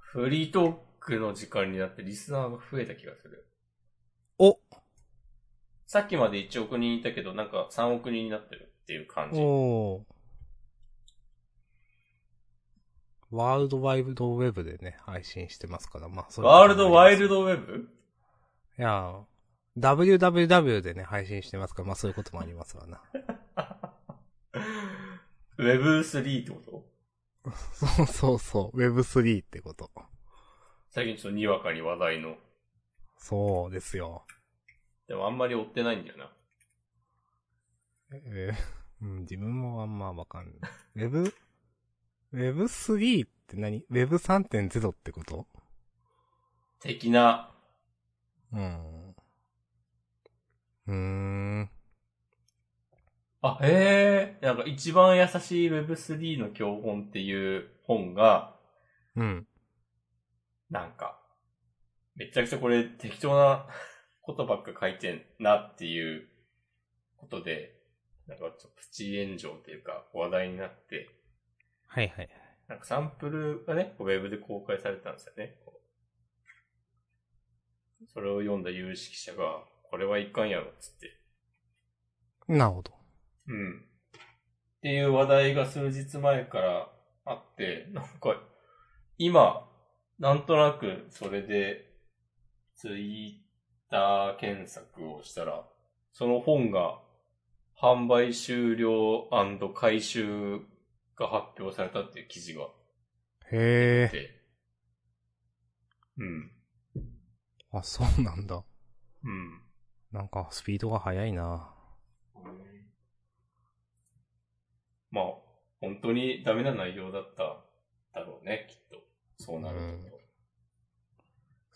フリートークの時間になってリスナーが増えた気がする。おさっきまで1億人いたけど、なんか3億人になってるっていう感じ。おーワールドワイドウェブでね、配信してますから、まあ、それワールドワイルドドウェブ いやー、www でね、配信してますから、まあ、そういうこともありますわな。ウェブ3ってことそうそうそう、Web3 ってこと。最近ちょっとにわかに話題の。そうですよ。でもあんまり追ってないんだよな。えーうん、自分もあんまわかんない。Web、Web3 って何 ?Web3.0 ってこと的な。うん。うーん。あ、へえ。なんか一番優しい Web3 の教本っていう本が、うん。なんか、めちゃくちゃこれ適当な ことばっか書いてんなっていうことで、なんかちょっとプチ炎上というか話題になって、はいはい。なんかサンプルがね、こうウェブで公開されたんですよね。こうそれを読んだ有識者が、これはいかんやろっつって。なるほど。うん。っていう話題が数日前からあって、なんか、今、なんとなくそれで、ツイッター検索をしたら、その本が、販売終了回収が発表されたっていう記事があっへえ。て、うん。あ、そうなんだ。うん。なんか、スピードが速いな。まあ、本当にダメな内容だっただろうね、きっと。そうなると。うん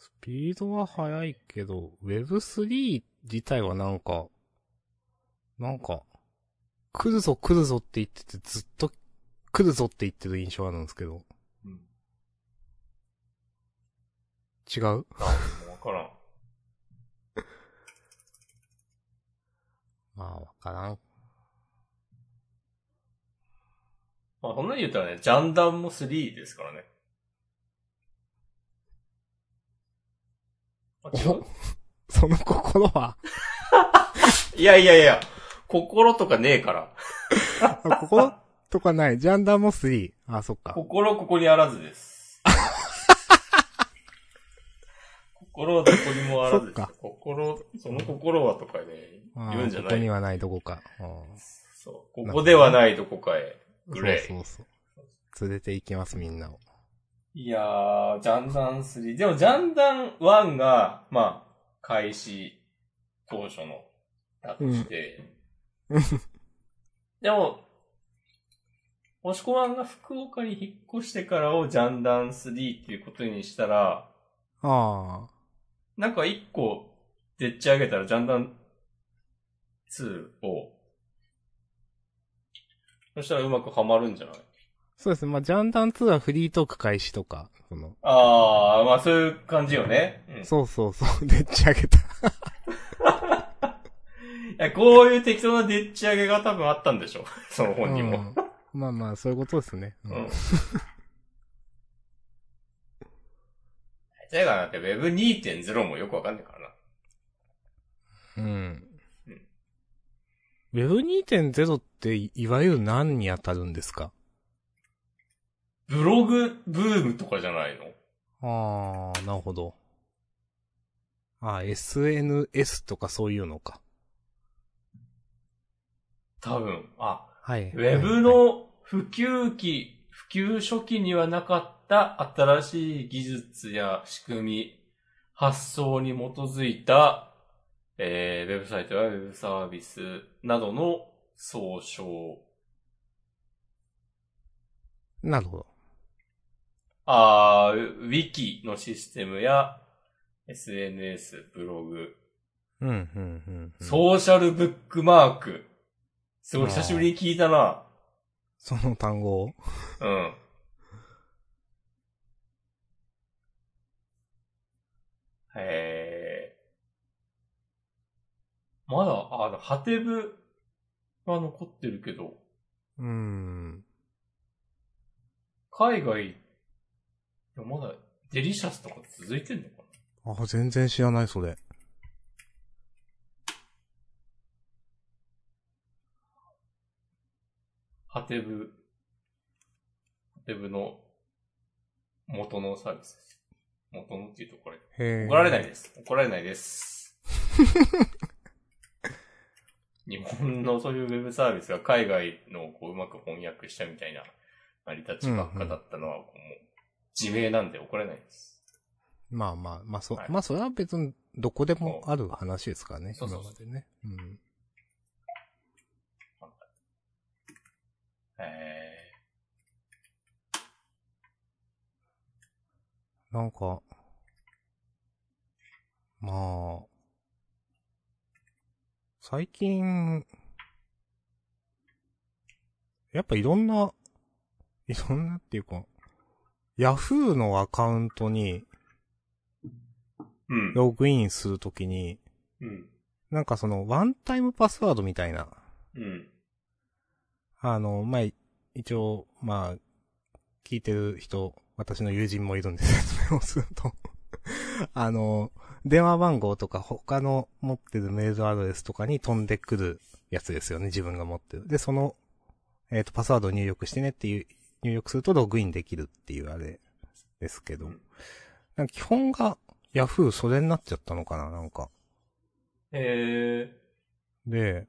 スピードは速いけど、Web3 自体はなんか、なんか、来るぞ来るぞって言っててずっと来るぞって言ってる印象あるんですけど、うん。違うわからん。まあ、わからん。まあ、そんなに言ったらね、ジャンダンも3ですから ね。あ違うその心は、いやいやいや、心とかねえから。あ心とかない。ジャンダーも3。あ、そっか。心ここにあらず です。心はどこにもあらずですそっか。心、その心はとかね、あ言うんじゃこなこいにはないどこか。うんそう。ここではないどこかへ。そグうレそうそう。連れて行きます、みんなを。イ。いやー、ジャンダン3。でも、ジャンダン1が、まあ、開始当初の、だとして。うんでも、押し込まんが福岡に引っ越してからをジャンダン3っていうことにしたら、あなんか一個、でっち上げたら、ジャンダン2を、そしたらうまくハマるんじゃないあ。そうですね。まあ、ジャンダン2はフリートーク開始とか、その、ああ、まあそういう感じよね。うん。そうそうそう、 でっち上げた。いや、こういう適当なでっち上げが多分あったんでしょ。 その本にも。うんまあまあ、そういうことですね。うんうん。 だからだって Web2.0 もよくわかんないからな。うんうん。 Web2.0 ってい、いわゆる何に当たるんですかブログブームとかじゃないのああ、なるほど。ああ、SNS とかそういうのか。多分。あ、はい。ウェブの普及期、普及初期にはなかった新しい技術や仕組み、発想に基づいた、えー、ウェブサイトやウェブサービスなどの総称。なるほど。あーウィキのシステムや、SNS、ブログ、うん、うん、うん。うん。ソーシャルブックマーク。すごい、久しぶりに聞いたな。その単語を。うん。へえ。まだ、あの、ハテブは残ってるけど、うーん。海外、いやまだデリシャスとか続いてんのかなあ、全然知らない、それ。ハテブ、ハテブの元のサービスです。元のっていうとこれ。へえ。怒られないです。怒られないです。 日本のそういうウェブサービスが海外のをこううまく翻訳したみたいな成り立ちばっかだったのは、もう自明なんで怒られないです。まあまあ、まあそ、はいまあそれは別にどこでもある話ですからね。そうそうそう今までね。うん。えなんか、まあ、最近、やっぱいろんな、いろんなっていうか、ヤフーのアカウントにー、うん。ログインするときに、うん。なんかそのワンタイムパスワードみたいな、うん。あの、まあ、一応、まあ、聞いてる人、私の友人もいるんで説明をすると。 あの、電話番号とか他の持ってるメールアドレスとかに飛んでくるやつですよね、自分が持ってる。で、その、えっ、と、パスワードを入力してねっていう、入力するとログインできるっていうあれですけど。うんなんか基本が Yahoo それになっちゃったのかな、なんか。えー、で、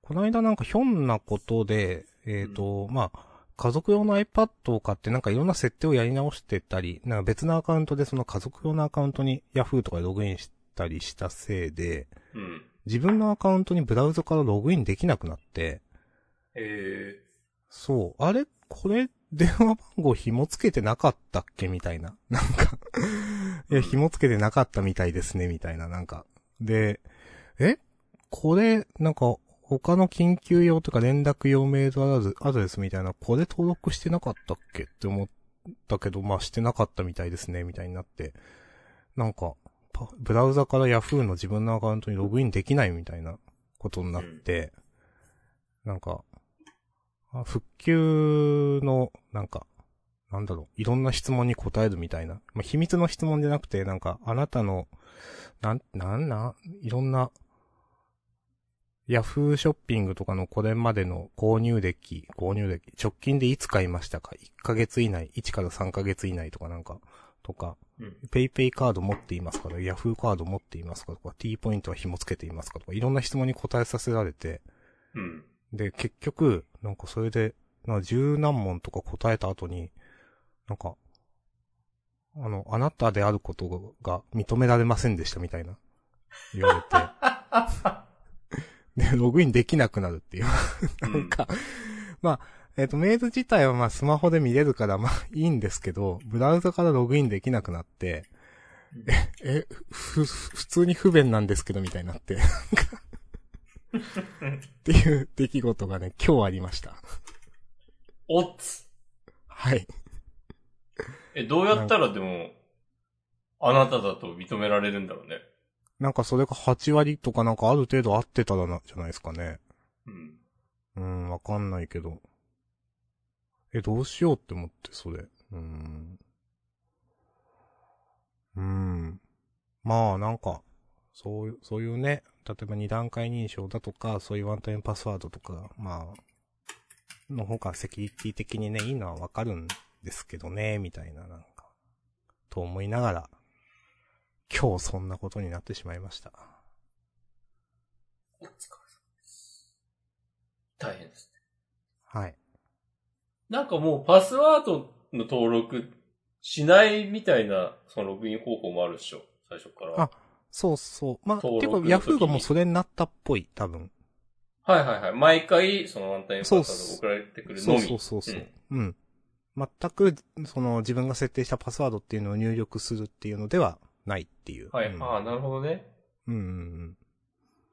この間なんかひょんなことで、えっ、と、まあ、家族用の iPad を買ってなんかいろんな設定をやり直してたり、なんか別のアカウントでその家族用のアカウントに Yahoo とかでログインしたりしたせいで、うん。自分のアカウントにブラウザからログインできなくなって、えそう、あれこれ、電話番号紐付けてなかったっけみたいな。 なんか、いや、紐付けてなかったみたいですね、みたいな、なんか。で、えこれ、なんか、他の緊急用とか連絡用メールアドレスアドレスみたいな、これ登録してなかったっけって思ったけど、まあ、してなかったみたいですね、みたいになって。なんか、パブラウザから Yahoo の自分のアカウントにログインできないみたいなことになって、なんか、あ復旧の、なんか、なんだろう、いろんな質問に答えるみたいな。まあ、秘密の質問じゃなくて、なんか、あなたの、なん、なんなん、いろんな、ヤフーショッピングとかのこれまでの購入歴、購入歴、直近でいつ買いましたか ?1 ヶ月以内、1から3ヶ月以内とかなんか、とか、うんペイペイカード持っていますかとか、ヤフーカード持っていますかとか、T ポイントは紐付けていますかとか、いろんな質問に答えさせられて、ー、うん。で、結局、なんかそれで、なんか十何問とか答えた後に、なんか、あの、あなたであることが認められませんでしたみたいな、言われて。で、ログインできなくなるっていう。なんかえっ、と、メール自体はまあスマホで見れるからまあいいんですけど、ブラウザからログインできなくなって、え、え、ふ、ふ普通に不便なんですけどみたいになって、なんかっていう出来事がね、今日ありました。おっつはい。え、どうやったらでも、あなただと認められるんだろうね。なんかそれが8割とかなんかある程度合ってたらな、じゃないですかね。うん。うん、わかんないけど。え、どうしようって思って、それ。うん。うん。まあ、なんか、そういう、そういうね、例えば二段階認証だとか、そういうワンタイムパスワードとか、まあ、の方がセキュリティ的にね、いいのはわかるんですけどね、みたいな、なんか、と思いながら、今日そんなことになってしまいました。お疲れ様です。大変ですね。はい。なんかもうパスワードの登録しないみたいな、そのログイン方法もあるでしょ。最初から。あそうそう。まあ、登結録の構時にヤフーがもうそれになったっぽい、多分。はいはいはい。毎回、そのワンタイムパスワードが送られてくるのそうみ。そうそうそう。うん。全く、その自分が設定したパスワードっていうのを入力するっていうのではないっていう。はい。うん、ああ、なるほどね。うんうんうん。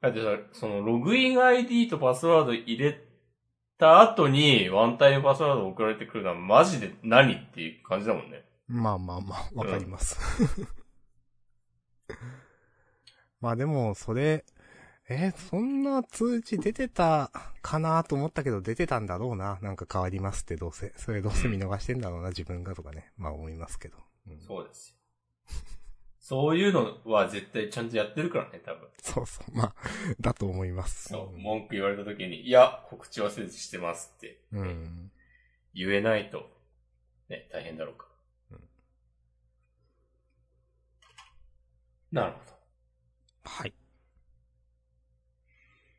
だってさ、そのログイン ID とパスワード入れた後に、ワンタイムパスワード送られてくるのはマジで何っていう感じだもんね。まあまあまあ、わかります。 まあでも、それ、えーそんな通知出てたかなと思ったけど出てたんだろうな。なんか変わりますってどうせ。それどうせ見逃してんだろうな、自分がとかね。まあ思いますけど。うんそうですそういうのは絶対ちゃんとやってるからね、多分。そうそう。まあ、だと思います。そう、文句言われた時に、いや、告知忘れてしてますってうん。言えないと、ね、大変だろうか。うんなるほど。はい。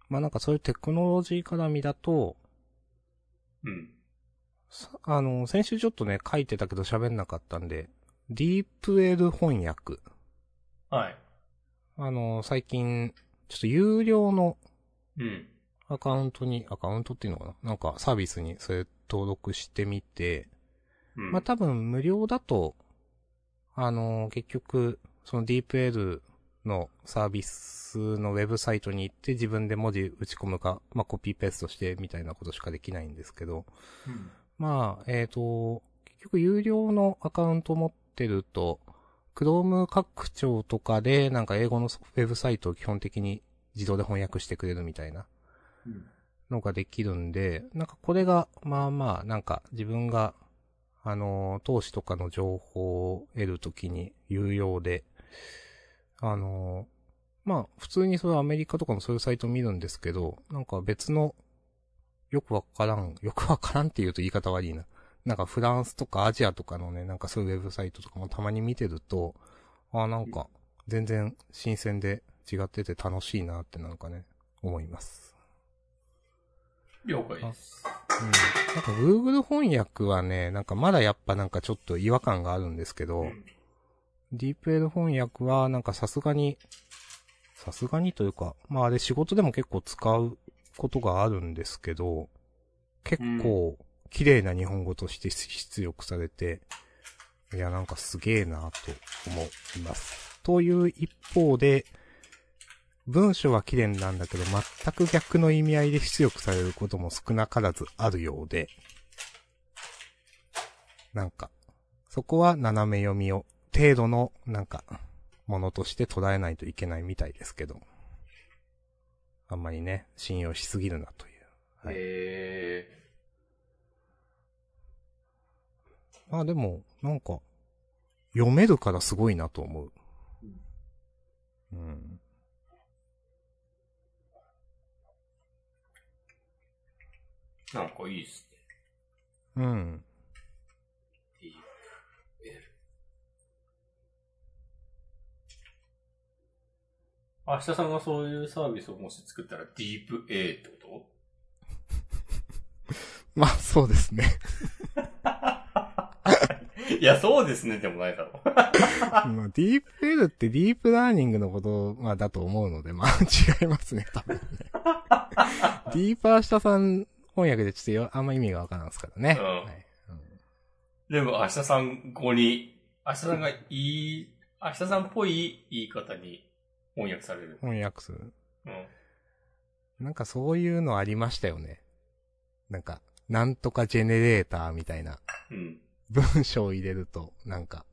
まあなんかそういうテクノロジー絡みだと、うん。さあの、先週ちょっとね、書いてたけど喋んなかったんで、ディープエル翻訳。はい。あの、最近、ちょっと有料のうん。アカウントに、アカウントっていうのかななんかサービスにそれ登録してみて、うん。まあ、多分無料だと、あの結局、その DeepL のサービスのウェブサイトに行って自分で文字打ち込むか、まあ、コピーペーストしてみたいなことしかできないんですけど、うんまあ、えっ、と、結局有料のアカウント持ってると、Chrome 拡張とかでなんか英語のウェブサイトを基本的に自動で翻訳してくれるみたいなうん。のができるんで、なんかこれが、まあまあ、なんか自分が、あのー、投資とかの情報を得るときに有用で、あのー、まあ、普通にそれアメリカとかもそういうサイト見るんですけど、なんか別の、よくわからん、よくわからんって言うと言い方悪いな。なんかフランスとかアジアとかのね、なんかそういうウェブサイトとかもたまに見てると、ああ、なんか全然新鮮で違ってて楽しいなってなんかね、思います。了解です。うんなんか Google 翻訳はね、なんかまだやっぱなんかちょっと違和感があるんですけど、うんディープエル翻訳はなんかさすがに、さすがにというか、まああれ仕事でも結構使うことがあるんですけど、結構綺麗な日本語として出力されて、いやなんかすげえなと思います。という一方で、文章は綺麗なんだけど、全く逆の意味合いで出力されることも少なからずあるようで、なんか、そこは斜め読みを、程度の、なんか、ものとして捉えないといけないみたいですけど、あんまりね、信用しすぎるなという。はいえまあでも、なんか、読めるからすごいなと思う。うん。ー、なんかいいっすね。うん。いい明日さんがそういうサービスをもし作ったらディープ A ってこまあそうで すね。と いや、そうですね、でもないだろ。まあ、ディープエルってディープラーニングのこと、まあ、だと思うので、まあ、違いますね、 多分ね。ディーパー下さん翻訳でちょっとよあんま意味がわからんですからね。うんはい でも明日さん語に、明日さんがいい、明日さんっぽい言い方に翻訳される。翻訳する。うん。なんかそういうのありましたよね。なんか、なんとかジェネレーターみたいな うん。文章を入れると、なんか、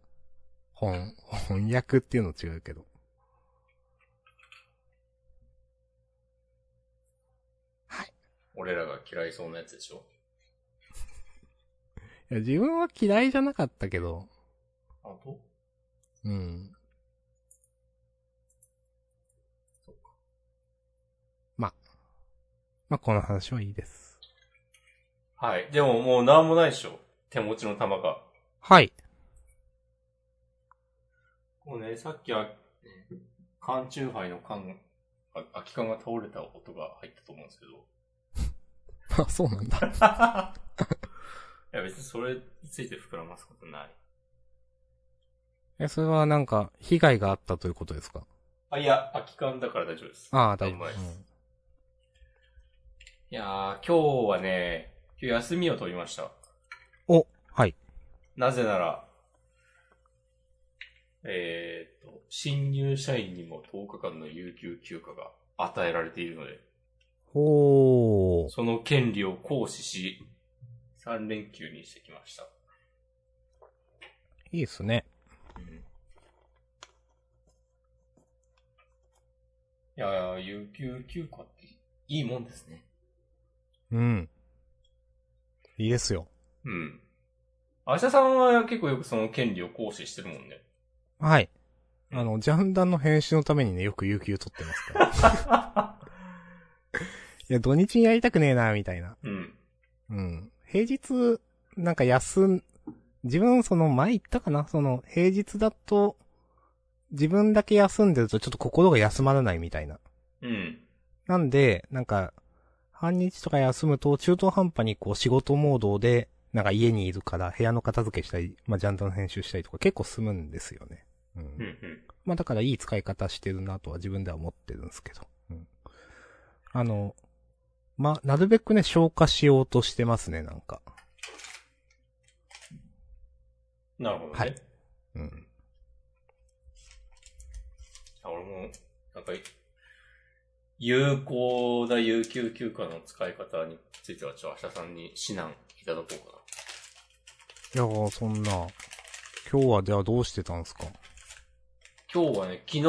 本、翻訳っていうの違うけど。俺らが嫌いそうなやつでしょ。いや、自分は嫌いじゃなかったけど、あとうん。まあ。まあ、この話はいいです。はい。でももうなんもないでしょ。手持ちの玉が。はい。もうね、さっきは、ね缶チューハイの缶、あ空き缶が倒れた音が入ったと思うんですけど。 あ、そうなんだ。いや、別にそれについて膨らますことない。え、それはなんか、被害があったということですかあ、いや、空き缶だから大丈夫です。ああ、大丈う夫。まういんですいやー、今日はね、今日休みを取りました。お、はい。なぜなら、えーっと、新入社員にも10日間の有給休暇が与えられているので、ほー。その権利を行使し、3連休にしてきました。いいですね。うんいやー、有給休暇っていいもんですね。うん。いいですよ。 うん。アシャさんは結構よくその権利を行使してるもんね。はい。あの、ジャンダンの編集のためにね、よく有給取ってますから。 いや、土日にやりたくねえな、みたいな。うん。うん。平日、なんか休ん、自分、その、前言ったかなその、平日だと、自分だけ休んでるとちょっと心が休まらないみたいな。うん。なんで、なんか、半日とか休むと、中途半端にこう、仕事モードで、なんか家にいるから、部屋の片付けしたり、まあ、ジャンダンの編集したりとか結構済むんですよね。ううん。ん。うん。まあだからいい使い方してるなとは自分では思ってるんですけど。うん。あの、まあ、なるべくね、消化しようとしてますね、なんか。なるほどね。はいうん。あ俺も、なんか、有効な有給休暇の使い方については、ちょっと明日さんに指南いただこうかな。いやー、そんな。今日はではどうしてたんですか今日はね、昨日、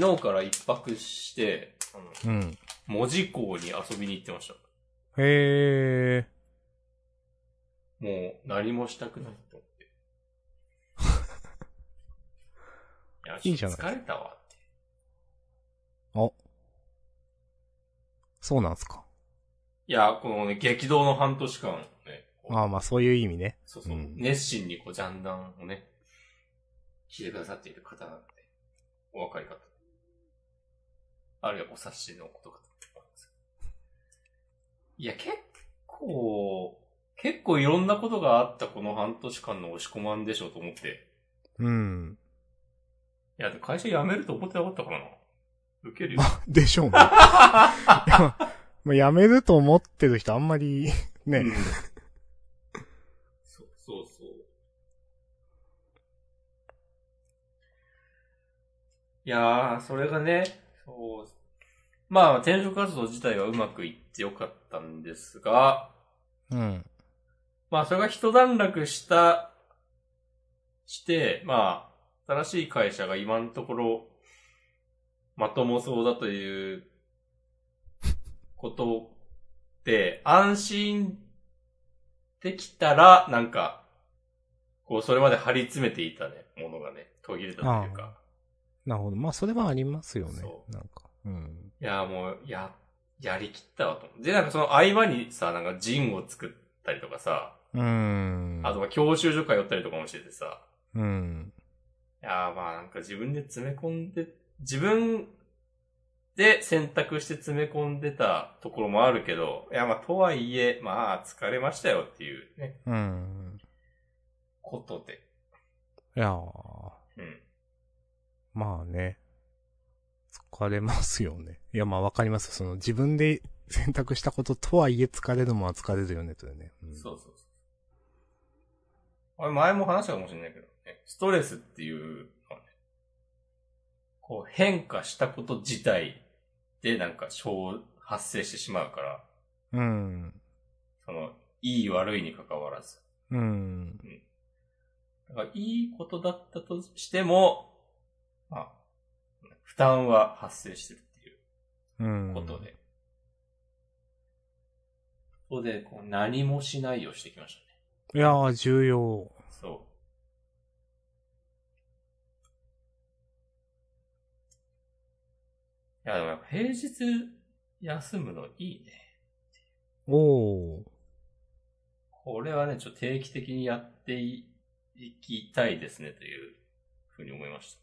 昨日から一泊して、あの、うん。門司港に遊びに行ってました。へもう、何もしたくないと思 って。いや、いいじゃないちょっと疲れたわって。ー。あ。そうなんすか。いや、このね、激動の半年間をね、こうああ、まあそういう意味ね。そうそう、うん熱心にこう、ジャンダンをね、してくださっている方なので、お分かりかと。あるいはお察しのことかと思います。いや、結構、結構いろんなことがあったこの半年間の押し込まんでしょうと思って。うん。いや、会社辞めると思ってなかったからな。受けるよ。 で しょうね。いやまあ、やめると思ってる人あんま り、ね。うんそうそうそう。いやー、それがね、そう。まあ、転職活動自体はうまくいってよかったんですが、うん。まあ、それが一段落した、して、まあ、新しい会社が今のところ、まともそうだという、ことで、安心できたら、なんか、こう、それまで張り詰めていたね、ものがね、途切れたというか。なるほど。まあそれはありますよねそ。なんか。うん。いや、もう、や、やりきったわと思う。で、なんかその合間にさ、なんかジンを作ったりとかさ、うーん。あとは教習所通ったりとかもしててさ、うん。いやーまあなんか自分で詰め込んで、自分で選択して詰め込んでたところもあるけど、いやまあとはいえ、まあ疲れましたよっていうね、うん。ことで。いやー、うん。まあね。疲れますよね。いや、まあわかります。その自分で選択したこととはいえ疲れるもんは疲れるよね、というね。うんそうそうそう。あれ前も話したかもしれないけどね、ストレスっていうのはね、こう変化したこと自体でなんか小発生してしまうから、うん。その、いい悪いに関わらず。うん。だからいいことだったとしても、まあ、負担は発生してるっていううん。ことで。ここで、こう、何もしないをしてきましいやー、重要。たね。そう。いや、でもやっぱ平日休むのいいね。おー。これはね、ちょっと定期的にやっていいきたいですね、というふうに思いました。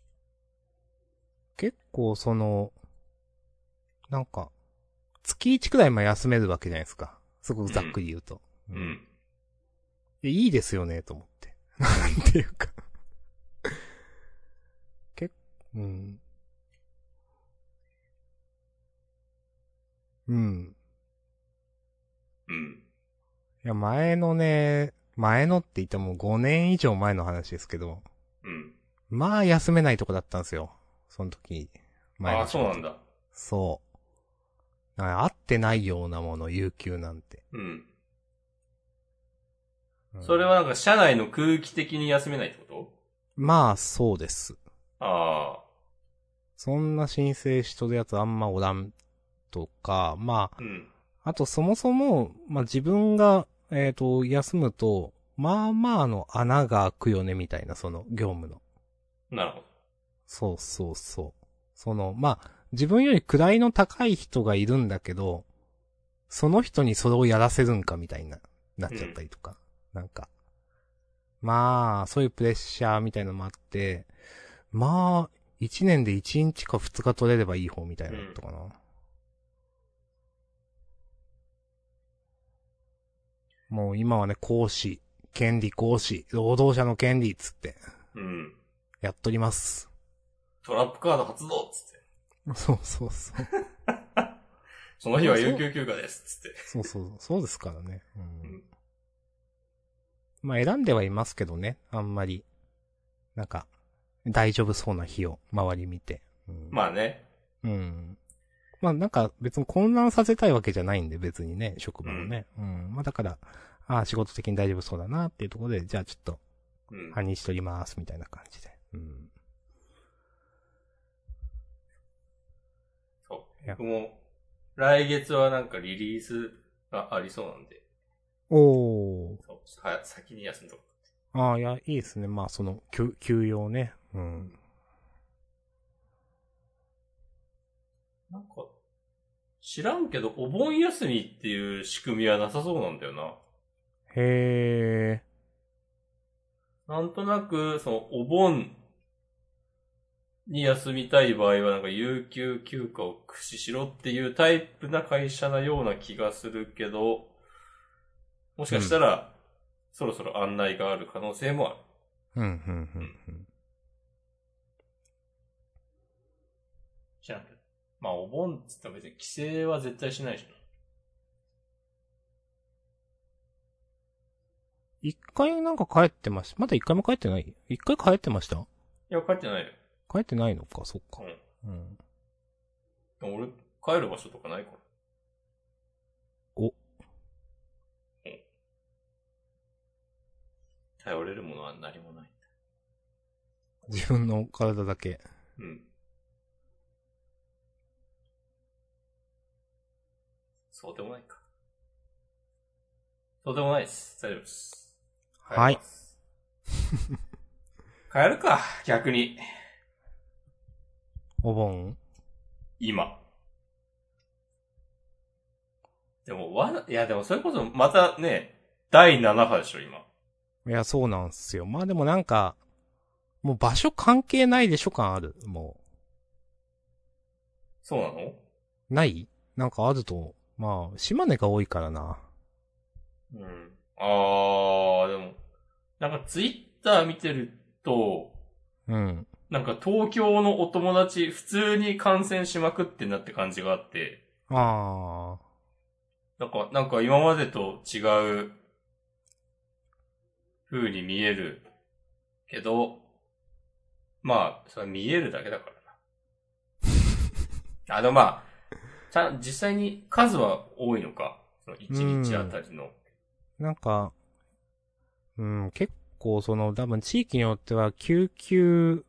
結構その、なんか、月1くらいまあ休めるわけじゃないですか。すごくざっくり言うと。ううんん。いやいいですよね、と思って。 なんていうか。結構、うん。うん。うん。いや、前のね、前のって言っても5年以上前の話ですけど、うん。まあ休めないとこだったんですよ。その時。前あのあ、仕そう事なんだ。そう。だから合ってないようなもの、有給なんて。うん。うんそれはなんか社内の空気的に休めないってこまあ、そうです。とああ。そんな申請しとるやつあんまおらんとか、まあ、うん。あとそもそも、まあ自分が、えっ、と、休むと、まあまあの穴が開くよね、みたいな、その業務の。なるほど。そうそうそう。その、まあ、自分より位の高い人がいるんだけど、その人にそれをやらせるんかみたいな、なっちゃったりとか。なんか。まあ、そういうプレッシャーみたいなのもあって、まあ、1年で1日か2日取れればいい方みたいなことかな。もう今はね、講師、権利講師、労働者の権利っつって、うん。やっとります。 トラップカード発動っつって。そうそうそう。その日は有給休暇ですっつって。そうそう、そうですからね。うんうんまあ選んではいますけどね、あんまり。なんか、大丈夫そうな日を周り見て。うん、あ。まあね。うん。まあなんか別に混乱させたいわけじゃないんで、別にね、職場もね。うん。まあだから、ああ、仕事的に大丈夫そうだなっていうところで、じゃあちょっと、うん。半日取ります、みたいな感じで。うん。そう。いや僕も、来月はなんかリリースがありそうなんで、おー。そうちょっとは先に休んどく。ああ、いや、いいですね。まあ、その、休、休養ね。うん。なんか、知らんけど、お盆休みっていう仕組みはなさそうなんだよな。へえ。なんとなく、その、お盆に休みたい場合は、なんか、有給休暇を駆使しろっていうタイプな会社なような気がするけど、もしかしたら、そろそろ案内がある可能性もある。うん、うん、うん、うん。知らんけど。まあ、お盆って言ったら別に帰省は絶対しないし一回なんか帰ってました。まだ一回も帰ってない一回帰ってましたな。いや、帰ってないよ。帰ってないのか、そっか。ううん。ん。俺、帰る場所とかないから。お。え頼れるものは何もない。自分の体だけ。うん。そうでもないか。そうでもないです。大丈夫です。はい帰ります。 帰るか、逆に。お盆今。でも、わ、いやでもそれこそまたね、第7波でしょ、今。いや、そうなんすよ。まあでもなんか、もう場所関係ないでしょ感ある。もそうなのう。ないなんかあると、まあ、島根が多いからな。うん。あー、でも、なんかツイッター見てると、うん。なんか東京のお友達、普通に感染しまくってんなって感じがあって、あなんか、なんか今までと違う風に見えるけど、まあ、それは見えるだけだからな。あのまあ、ちゃん、実際に数は多いのか。その1日あたりの。ー。なんか、うん、結構その、多分地域によっては、救急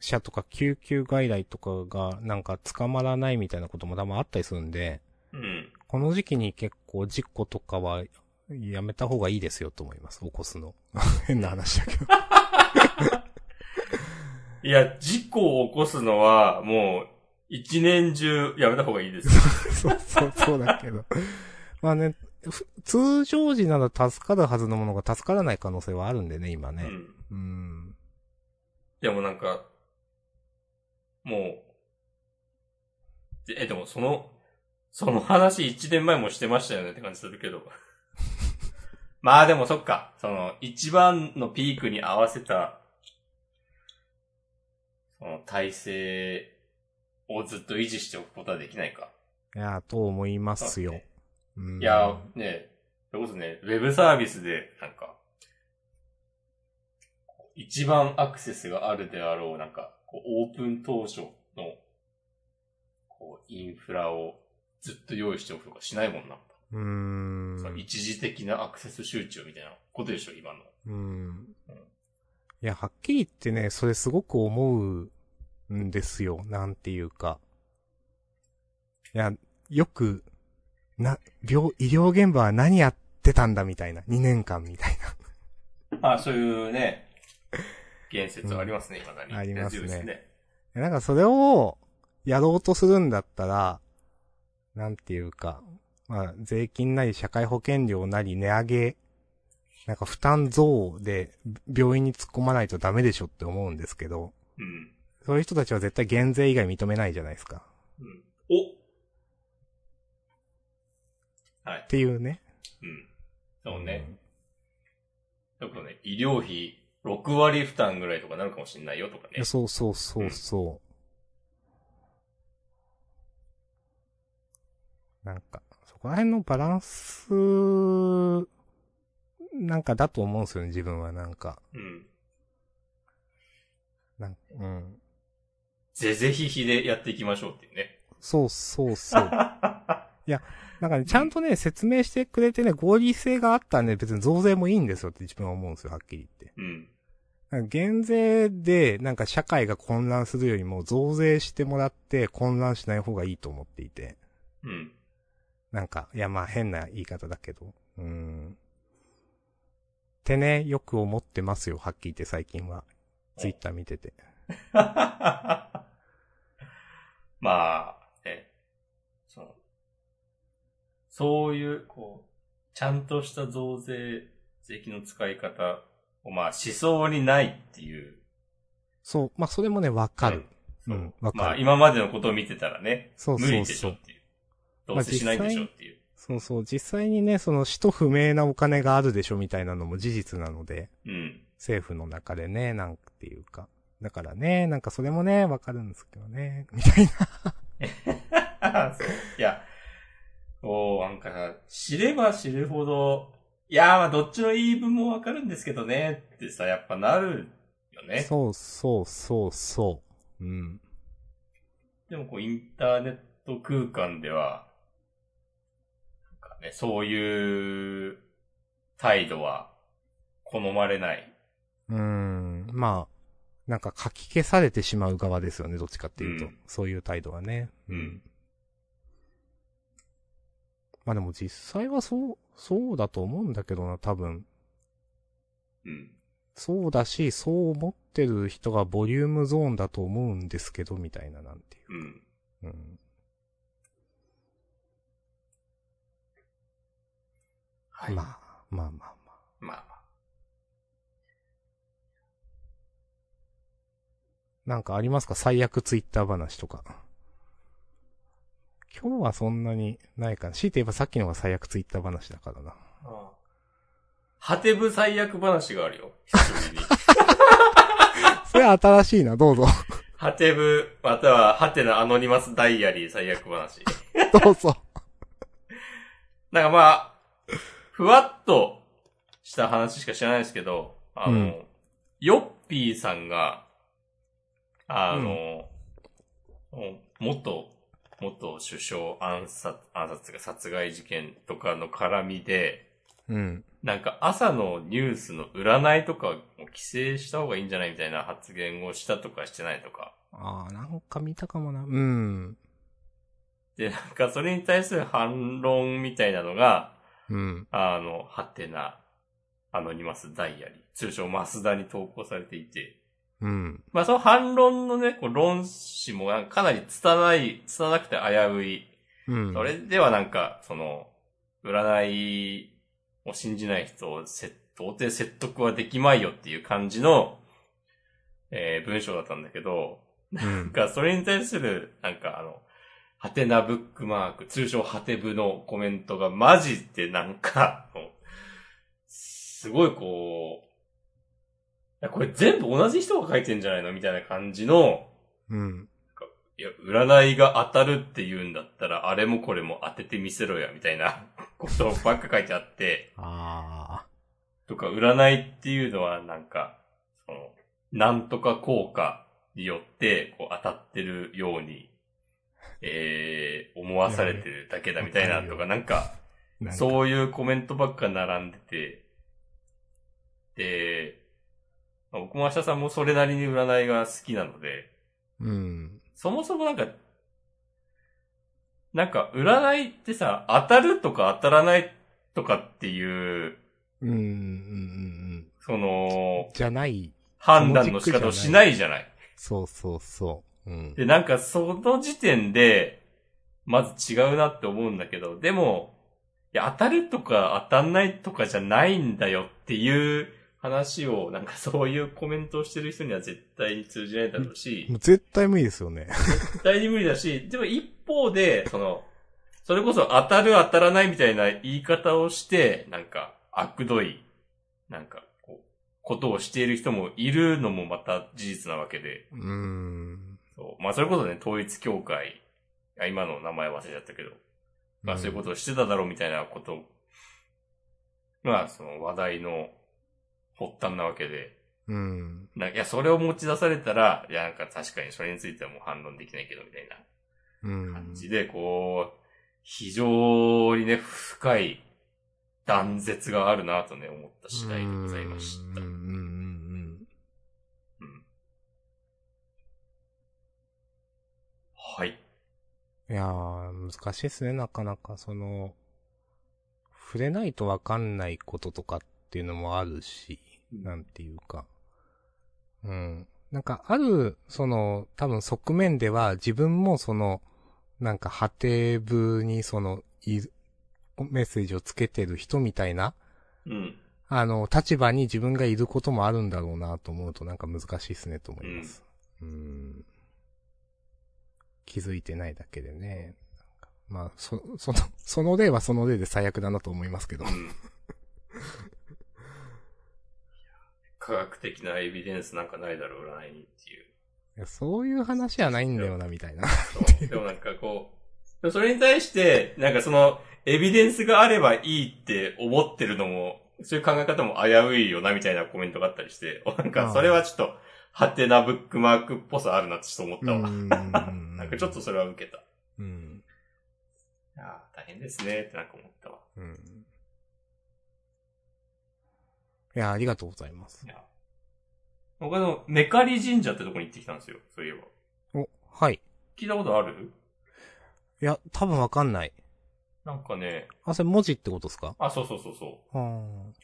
車とか救急外来とかが、なんか捕まらないみたいなことも多分あったりするんで、うん。この時期に結構事故とかはやめた方がいいですよと思います。起こすの。 変な話だけど。 いや、事故を起こすのは、もう、一年中やめた方がいいですよ。そうそう、そうだけど。まあね、ふ通常時なら助かるはずのものが助からない可能性はあるんでね、今うね。ん。うん。でもなんか、もう、でえ、でもその、その話1年前もしてましたよねって感じするけど。 まあでもそっか、その一番のピークに合わせた、その体制をずっと維持しておくことはできないか。いや、と思いますよ。うんいや、ね、それこそね、ウェブサービスで、なんか、一番アクセスがあるであろう、なんか、こうオープン当初の、こう、インフラをずっと用意しておくとかしないもんな。うーん。その一時的なアクセス集中みたいなことでしょ、今の。うん。いや、はっきり言ってね、それすごく思うんですよ。なんていうか。いや、よく、な、病、医療現場は何やってたんだみたいな。2年間みたいな。あ、そういうね、言説ありますね、今何ありますね根強いですね。なん かそれをやろうとするんだったら、なんていうか、まあ、税金なり社会保険料なり値上げ、なんか負担増で病院に突っ込まないとダメでしょって思うんですけど、うん。そういう人たちは絶対減税以外認めないじゃないですか。うん。おはいっ。ていうね。うん。そうね。だからね、医療費6割負担ぐらいとかなるかもしんないよとかいや。ね。そうそうそうそう。なんか、そこら辺のバランス、なんかだと思うんですよね、自分はなんか。うん。なんうん。ぜぜひひでやっていきましょうっていうね。そうそ うそう。なんかね、ちゃんとね、説明してくれてね、合理性があったんで、別に増税もいいんですよって自分は思うんですよ、はっきり言って。うん。なんか減税で、なんか社会が混乱するよりも、増税してもらって混乱しない方がいいと思っていて。うん。 なんか、いやまあ変な言い方だけど。うーん。ってね、よく思ってますよ、はっきり言って最近は。ツイッター見てて。まあ、え、その、そういう、こう、ちゃんとした増税、税金の使い方を、まあ、思想にないっていう。そう、まあそれもね、わかる。そううんわかるまあ、今までのことを見てたらね、そう無そ理うでしそょうっ。ていう。どうせしないでしょっていう。そうそう、実際にね、その使途不明なお金があるでしょみたいなのも事実なので、うん。政府の中でね、なんていうか。だからね、なんかそれもね、わかるんですけどね、みたい な。そういや、こう、なんか、知れば知るほど、いやーまあどっちの言い分もわかるんですけどね、ってさ、やっぱなるよね。そうそうそうそう。うん。でもこう、インターネット空間では、なんかね、そういう態度は好まれない。うーん、まあ、なんか書き消されてしまう側ですよね、どっちかっていうと。うんそういう態度はね。うん。まあでも実際はそう、そうだと思うんだけどな、多分。うん。そうだし、そう思ってる人がボリュームゾーンだと思うんですけど、みたいななんていう。うん。うん。はい。まあ、まあまあまあ。まあ、なんかありますか最悪ツイッター話とか。今日はそんなにないかな。強いて言えばさっきのが最悪ツイッター話だからな。ああ果てぶ最悪話があるよ。久しぶりに。それは新しいな、どうぞ。 ハテブ、または、ハテナアノニマスダイアリー最悪話。どうぞ。なんかまあ、ふわっとした話しか知らないですけど、あの、うんヨッピーさんが、あの、もう元、元首相暗殺、暗殺が殺害事件とかの絡みで、うん。なんか朝のニュースの占いとかを規制した方がいいんじゃないみたいな発言をしたとかしてないとか。ああ、なんか見たかもな。うん。で、なんかそれに対する反論みたいなのが、うん。あの、ハテナ、アノニマスダイアリー、通称マスダに投稿されていて、うん。まあその反論のね、こう論旨もなんかかなり拙い、拙くて危うい。うん。それではなんか、その、占いを信じない人を説、到底説得はできまいよっていう感じの、えー文章だったんだけど、うん。が、それに対する、なんかあの、ハテナブックマーク、通称ハテブのコメントがマジでなんか、もうすごいこう、いやこれ全部同じ人が書いてんじゃないのみたいな感じの、うん。いや、占いが当たるって言うんだったら、あれもこれも当ててみせろや、みたいなことばっか書いてあって、ああ。とか、占いっていうのはなんか、その、なんとか効果によって、こう当たってるように、えー、思わされてるだけだみたいなとか、なんか、なんかそういうコメントばっか並んでて、で、まあ僕も明日さんもそれなりに占いが好きなので、うん。そもそもなんか、なんか占いってさ、当たるとか当たらないとかっていう、うん。うん。うん。うんその、じゃない判断の仕方をしないじゃない。そうそうそう。うん。で、なんかその時点で、まず違うなって思うんだけど、でも、いや、当たるとか当たんないとかじゃないんだよっていう話を、なんかそういうコメントをしてる人には絶対に通じないだろうしも、う絶対無理ですよね。絶対に無理だし、でも一方で、その、それこそ当たる当たらないみたいな言い方をして、なんか、悪どい、なんか、こう、ことをしている人もいるのもまた事実なわけで、うーん。。そう。まあ、それこそね、統一教会、あ今の名前忘れちゃったけど、まあ、そういうこととをしてただろうみたいなことが、その話題の発端なわけで、うん。なんかいや、それを持ち出されたら、いや、なんか確かにそれについてはもう反論できないけど、みたいなうん。感じで、こう、非常にね、深い断絶があるなとね、思った次第でございました。ううんうんんうんうんはい。うん。いやー、難しいですね、なかなか。その、触れないとわかんないこととかっていうのもあるし、うんなんていうか。うん。なんか、ある、その、多分側面では、自分もその、なんか、果て部にその、いメッセージをつけてる人みたいな、うん。あの、立場に自分がいることもあるんだろうなと思うとなんか難しいですねと思います。うーん。気づいてないだけでね。まあ、そ、 その、その例はその例で最悪だなと思いま すけどう。ん科学的なエビデンスなんかないだろう、占いにっていう。いやそういう話はないんだよな、みたいな。そう。でもなんかこう、でもそれに対して、なんかその、エビデンスがあればいいって思ってるのも、そういう考え方も危ういよな、みたいなコメントがあったりして、 なんあかあそれはちょっと、ハテナブックマークっぽさあるなってちょっと思ったわ。ななんかちょっと、それは受けた。うん。ああ、大変ですね、ってなんか思ったわ。うん。いや、ありがとうございます。他の、メカリ神社ってとこに行ってきたんですよ、そういえば。お、はい。聞いたことあるいや、多分わかんない。なんかね、あ、それ文字ってことですかあ、そうそうそうそう。あー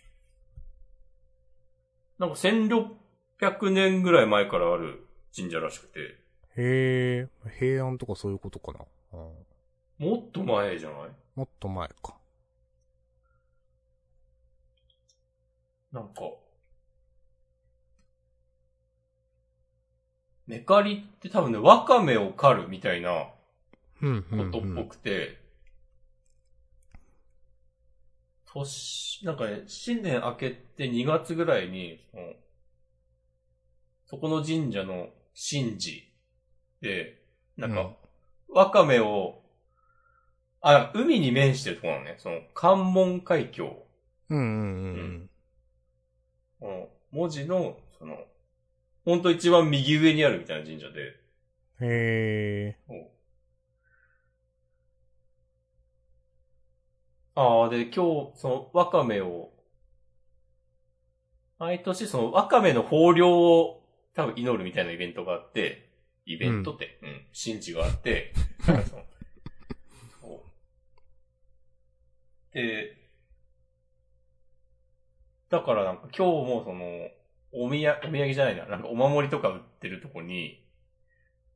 なんか1600年ぐらい前からある神社らしくて、へえ、平安とかそういうことかな。うんもっと前じゃないもっと前か。なんか、メカリって多分ね、ワカメを狩るみたいなうん、うん、うことっぽん。くて、年、なんかね、新年明けて2月ぐらいに、そのそこの神社の神事で、なんうんか、ワカメを、あ、海に面してるところなのね、その関門海峡。うん、うん、うん。この文字の、その、ほんと一番右上にあるみたいな神社で、へえ、おああ、で、今日、その、ワカメを、毎年、その、ワカメの豊漁を、多分祈るみたいなイベントがあって、イベントって、うん、神事があって、なん かそのそうで、だからなんか今日もその、おみや、お土産じゃないな、なんかお守りとか売ってるとこに、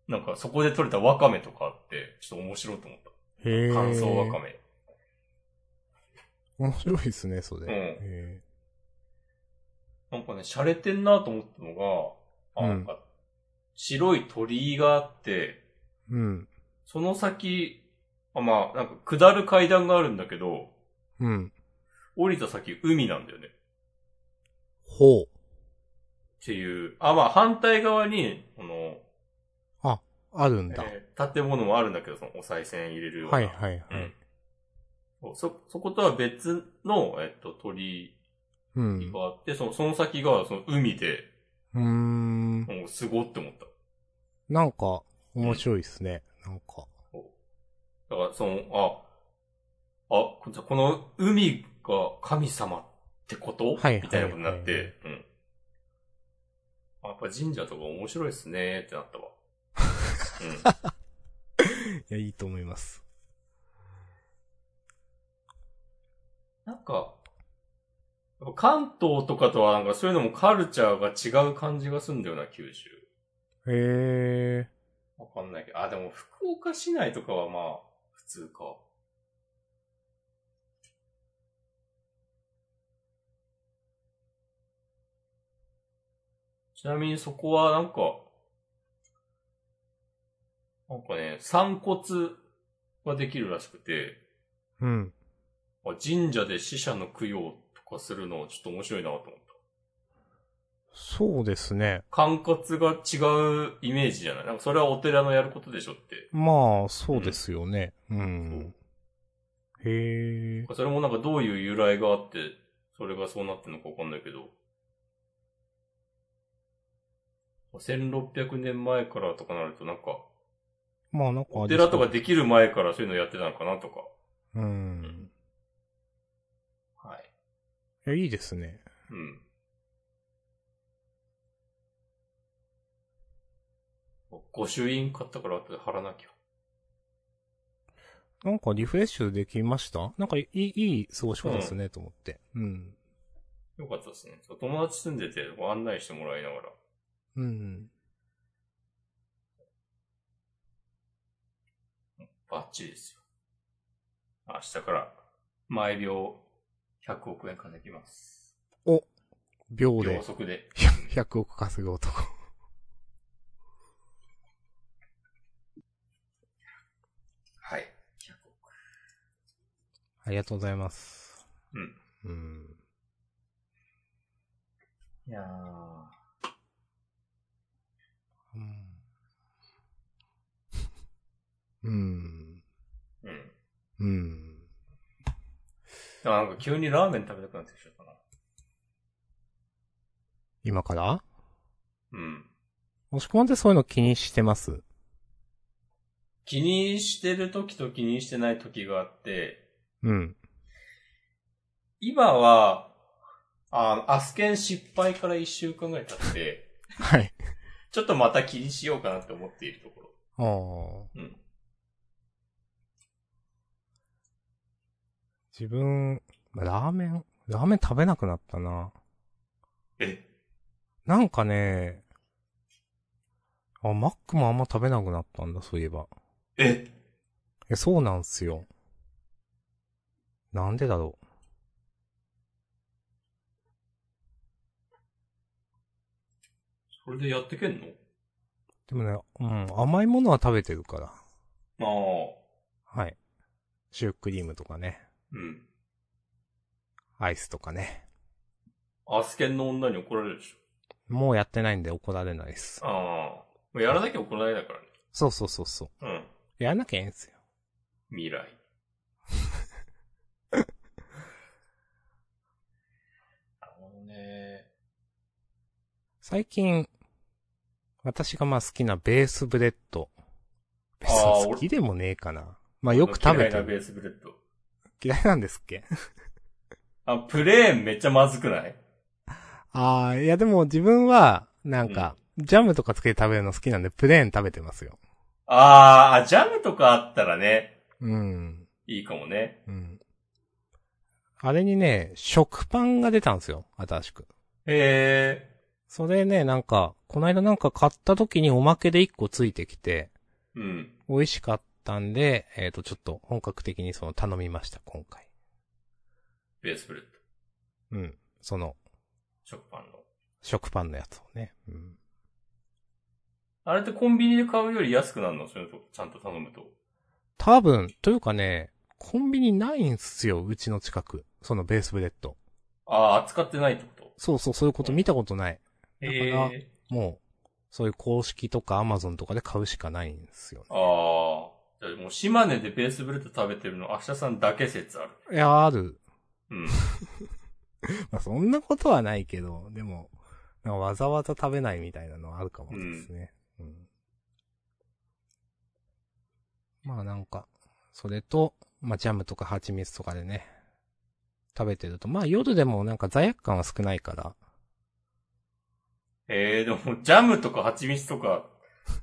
なんかそこで取れたワカメとかあって、ちょっと面白いと思った。へえ。乾燥ワカメ。面白いですね、そうれ。んへえなんかね、洒落てんなと思ったのが、あうんなんか、白い鳥居があって、うん、その先、あまあ、なんか下る階段があるんだけど、うん。降りた先海なんだよね。ほう。っていう。あ、まあ反対側に、この、あるんだ。えー建物もあるんだけど、そのお賽銭入れるような。はい、はい、はういん。そうそ、そことは別の、えっと、鳥う居ん。があって、その、その先が、その海で、うーん。もうすごって思った。なんか、面白いですね。なんか。だから、その、あ、あ、ここの海が神様ってこと、はいみたいなことになっはいはいて、うん。あやっぱ神社とか面白いですねーってな ったわ。いや、いいと思います。うん。なんか、やっぱ関東とかとはなんかそういうのもカルチャーが違う感じがするんだよな、九州。へえ。わかんないけど。あ、でも福岡市内とかはまあ、普通か。ちなみにそこはなんか、なんかね、散骨ができるらしくて、うん。あ神社で死者の供養とかするのはちょっと面白いなと思った。そうですね。管轄が違うイメージじゃないなんかそれはお寺のやることでしょって。まあ、そうですよね。うん。へえ。それもなんかどういう由来があって、それがそうなってるのかわかんないけど。1600年前からとかなるとなんか、まあ、なんかあおりそう寺とかできる前からそういうのやってたのかなとか。うん。はい。いや、いいですね。うん。御朱印買ったから後で貼らなきゃ。なんかリフレッシュできましたなんかいい、いい過ごし方ですね、と思って。うん。よかったですね。そう友達住んでてご案内してもらいながら。うん。バッチリですよ。明日から、毎秒100億円稼ぎます。秒秒 で速で。 100億稼ぐ男。はい。100億。ありがとうございます。うん。うん。いやー。うん。うん。うん。でもなんか急にラーメン食べたくなってきちゃったな。今からうん。もしこまってそういうの気にしてます気にしてる時と気にしてない時があって、うん。今は、あアスケン失敗から1週間ぐらい経って、はい。ちょっとまた気にしようかなって思っているところ。ああ。うん。自分、まあラーメン、ラーメン食べなくなったな。えなんかね、あ、マックもあんま食べなくなったんだ、そういえば。ええ、そうなんすよ。なんでだろそれでやってけんのう。でもね、うん、甘いものは食べてるから。ああ。はい。シュークリームとかね、うん。アイスとかね。アスケンの女に怒られるでしもうやってないんで怒られないですょ。。ああ。もうやらなきゃ怒られないからね。そうそうそうそう。うん。やらなきゃいいんですよ。未 来。なるほどね。最近、私がまあ好きなベースブレッド。別あーに好きでもねえかな。まあよく食べ嫌ていなベる。ースブレッド。嫌いなんですっけ あ、プレーンめっちゃまずくないああ、いやでも自分は、なんか、ジャムとかつけて食べるの好きなんで、プレーン食べてますよ。あーあ、ジャムとかあったらね、うん。いいかもね。うん。あれにね、食パンが出たんですよ。新しく。へえ。それね、なんか、こないだなんか買った時におまけで1個ついてきて、うん。美味しかったんで、えっ、と、ちょっと本格的にその頼みました、今回。ベースブレッド。うん。その、食パンの。食パンのやつをね。うん。あれってコンビニで買うより安くなるのそういうのちゃんと頼むと。多分、というかね、コンビニないんすよ、うちの近く。そのベースブレッド。ああ、扱ってないってことそうそう、そういうこと見たことない。だからへえ。もう、そういう公式とかアマゾンとかで買うしかないんですよ、ああ。じゃあもう島根でベースブレッド食べてるの、明日さんだけ説ある。ね。いや、ある。 うん。まあ、そんなことはないけど、でも、なんかわざわざ食べないみたいなのはあるかもですね。うん。まあなんか、それと、まあジャムとか蜂蜜とかでね、食べてると、まあ夜でもなんか罪悪感は少ないから、ええでも、ジャムとか蜂蜜とか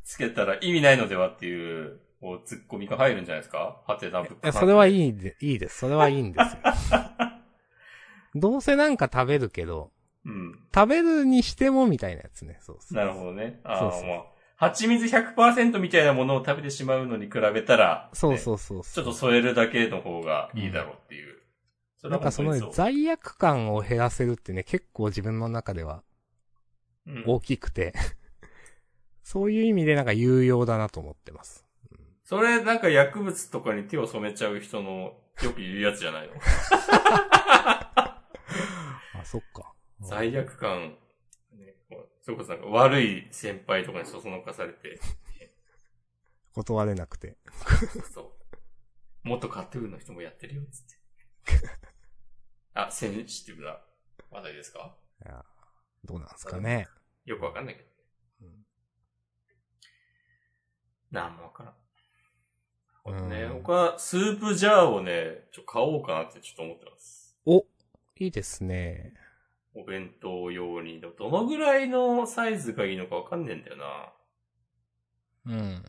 つけたら意味ないのではっていう、こう、ツッコミが入るんじゃないですかハテナブッいや、それは、 はいいで、いいです。それはいいんですよ。どうせなんか食べるけど、うん。食べるにしてもみたいなやつね。そうそう。なるほど。どね。ああ、そうそうまあ。蜂蜜100%みたいなものを食べてしまうのに比べたら、そうねそうそうちそょう。っと添えるだけの方がいいだろうっていう。それなはんかそ本当にのねそう罪悪感を減らせるってね、結構自分の中ではうん大きくて、 そういう意味でなんか有用だなと思ってます。それなんか薬物とかに手を染めちゃう人のよく言うやつじゃないのあ、そっか。罪悪感。ねこうそれこそなんか悪い先輩とかにそそのかされ て、断れなくて。そう。元カトゥーンの人もやってるよ、つって。 あ、センシティブな話題ですかいやどうなんですかね。よくわかんないけど。なんもわからん。うんね、僕はスープジャーをね、ちょ、買おうかなってちょっと思ってます。お、いいですね。お弁当用に。でもどのぐらいのサイズがいいのかわかんねえんだよな。うん。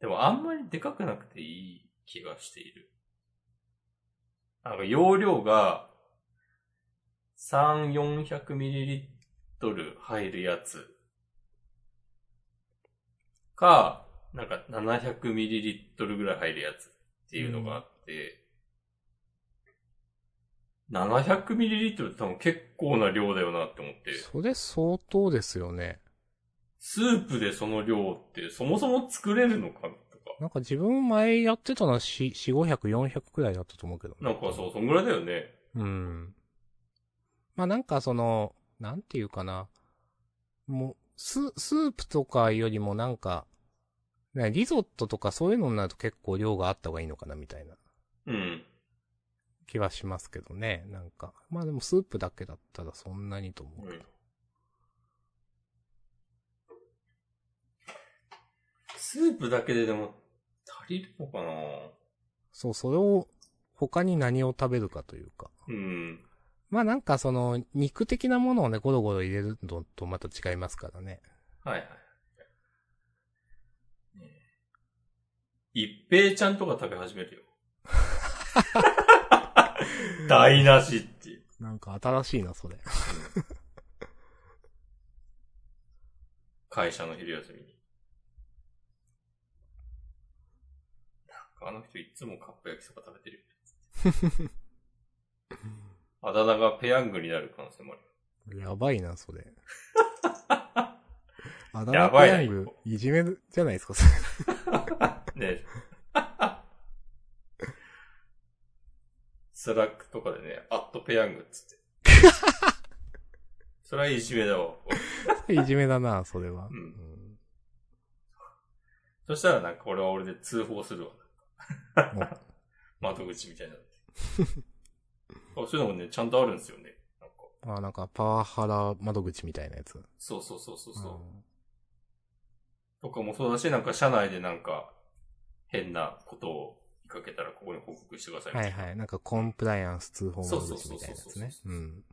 でもあんまりでかくなくていい気がしている。なんか容量が3、400ミリリットル入るやつか、なんか700ミリリットルぐらい入るやつっていうのがあって、700ミリリットルって多分結構な量だよなって思って。それ相当ですよね。スープでその量ってそもそも作れるのかとか。なんか自分前やってたのは4、4 500、400くらいだったと思うけど。なんかそう、そんぐらいだよね。うん。まあなんかその、なんていうかな。もう、ス、スープとかよりもなんか、ねリゾットとかそういうのになると結構量があった方がいいのかなみたいなうん。気はしますけどね。なんか。まあでもスープだけだったらそんなにと思うけど。スープだけででも足りるのかなそう、それを他に何を食べるかというか。うん。まあなんかその、肉的なものをね、ゴロゴロ入れるのとまた違いますからね。はいはい。ねえ一平ちゃんとか食べ始めるよ。 台無しっていう。なんか新しいな、それ。会社の昼休みに。なんかあの人いつもカップ焼きそば食べてるよね。あだ名がペヤングになる可能性もある。やばいな、そ れ。あだや名ばいなペヤング、いじめるじゃないですか、 それ。ねスラックとかでね、アットペヤングっつって。それはいじめだわ。いじめだな、それは。うんんそしたらなんか俺は俺で通報するわ。も 窓口みたいになって。あそういうのもね、ちゃんとあるんですよね。なんかうあ、なんか、パワハラ窓口みたいなやつ。そうそうそうそうそう。うんとかもそうだし、なんか社内でなんか変なことを見かけたらここに報告してくださいみはたいいな。はい。なんか、コンプライアンス通報窓口みたいなやそうそうそうそつうね。そううん。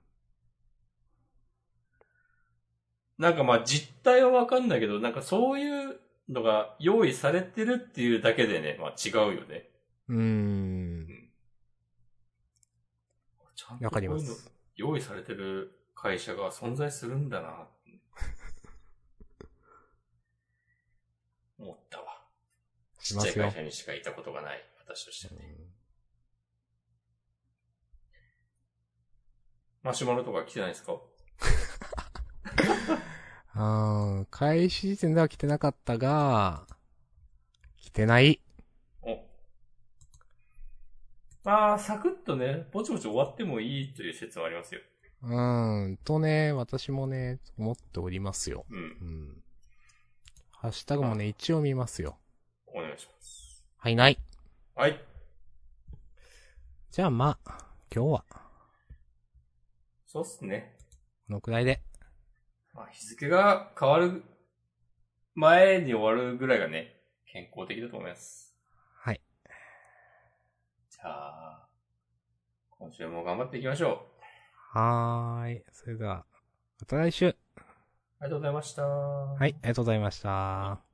なんかまあ実態はわかんないけど、なんかそういうのが用意されてるっていうだけでね、まあ違うよね。うーん。ちゃんわとこうかいりうまのす。用意されてる会社が存在するんだなって。思ったわ。ちしっまちゃいすよ会。社にしかいたことがない私としてはね。マシュマロとか来てないですかあー、開始時点では来てなかったが、来てない。お。まあ、サクッとね、ぼちぼち終わってもいいという説もありますよ。うん。とね、私もね、思っておりますよ。うんう。ん。ハッシュタグもね、一応見ますよ。お願いします。はい、ない。はい。じゃあまあ、今日は、そうっすね。このくらいで。まあ、日付が変わる前に終わるぐらいがね、健康的だと思います。はい。じゃあ、今週も頑張っていきましょう。はーい。それでは、また来週。ありがとうございました。ははい、ありがとうございました。